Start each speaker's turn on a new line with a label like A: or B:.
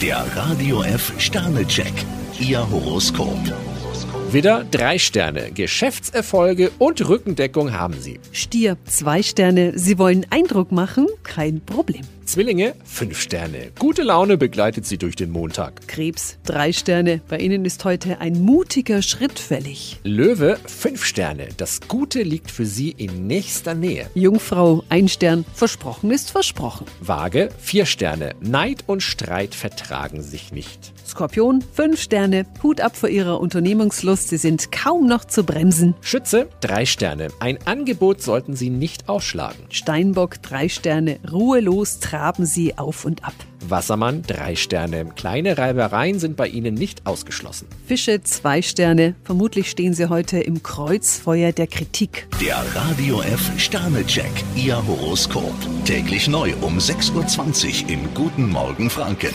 A: Der Radio F Sternecheck, Ihr Horoskop.
B: Widder, drei Sterne. Geschäftserfolge und Rückendeckung haben Sie.
C: Stier, zwei Sterne. Sie wollen Eindruck machen? Kein Problem.
B: Zwillinge, fünf Sterne. Gute Laune begleitet Sie durch den Montag.
C: Krebs, drei Sterne. Bei Ihnen ist heute ein mutiger Schritt fällig.
B: Löwe, fünf Sterne. Das Gute liegt für Sie in nächster Nähe.
C: Jungfrau, ein Stern. Versprochen ist versprochen.
B: Waage, vier Sterne. Neid und Streit vertragen sich nicht.
C: Skorpion, fünf Sterne. Hut ab vor Ihrer Unternehmungslust. Sie sind kaum noch zu bremsen.
B: Schütze, drei Sterne. Ein Angebot sollten Sie nicht ausschlagen.
C: Steinbock, drei Sterne. Ruhelos traben Sie auf und ab.
B: Wassermann, drei Sterne. Kleine Reibereien sind bei Ihnen nicht ausgeschlossen.
C: Fische, zwei Sterne. Vermutlich stehen Sie heute im Kreuzfeuer der Kritik.
A: Der Radio F Sternecheck, Ihr Horoskop. Täglich neu um 6.20 Uhr im Guten Morgen Franken.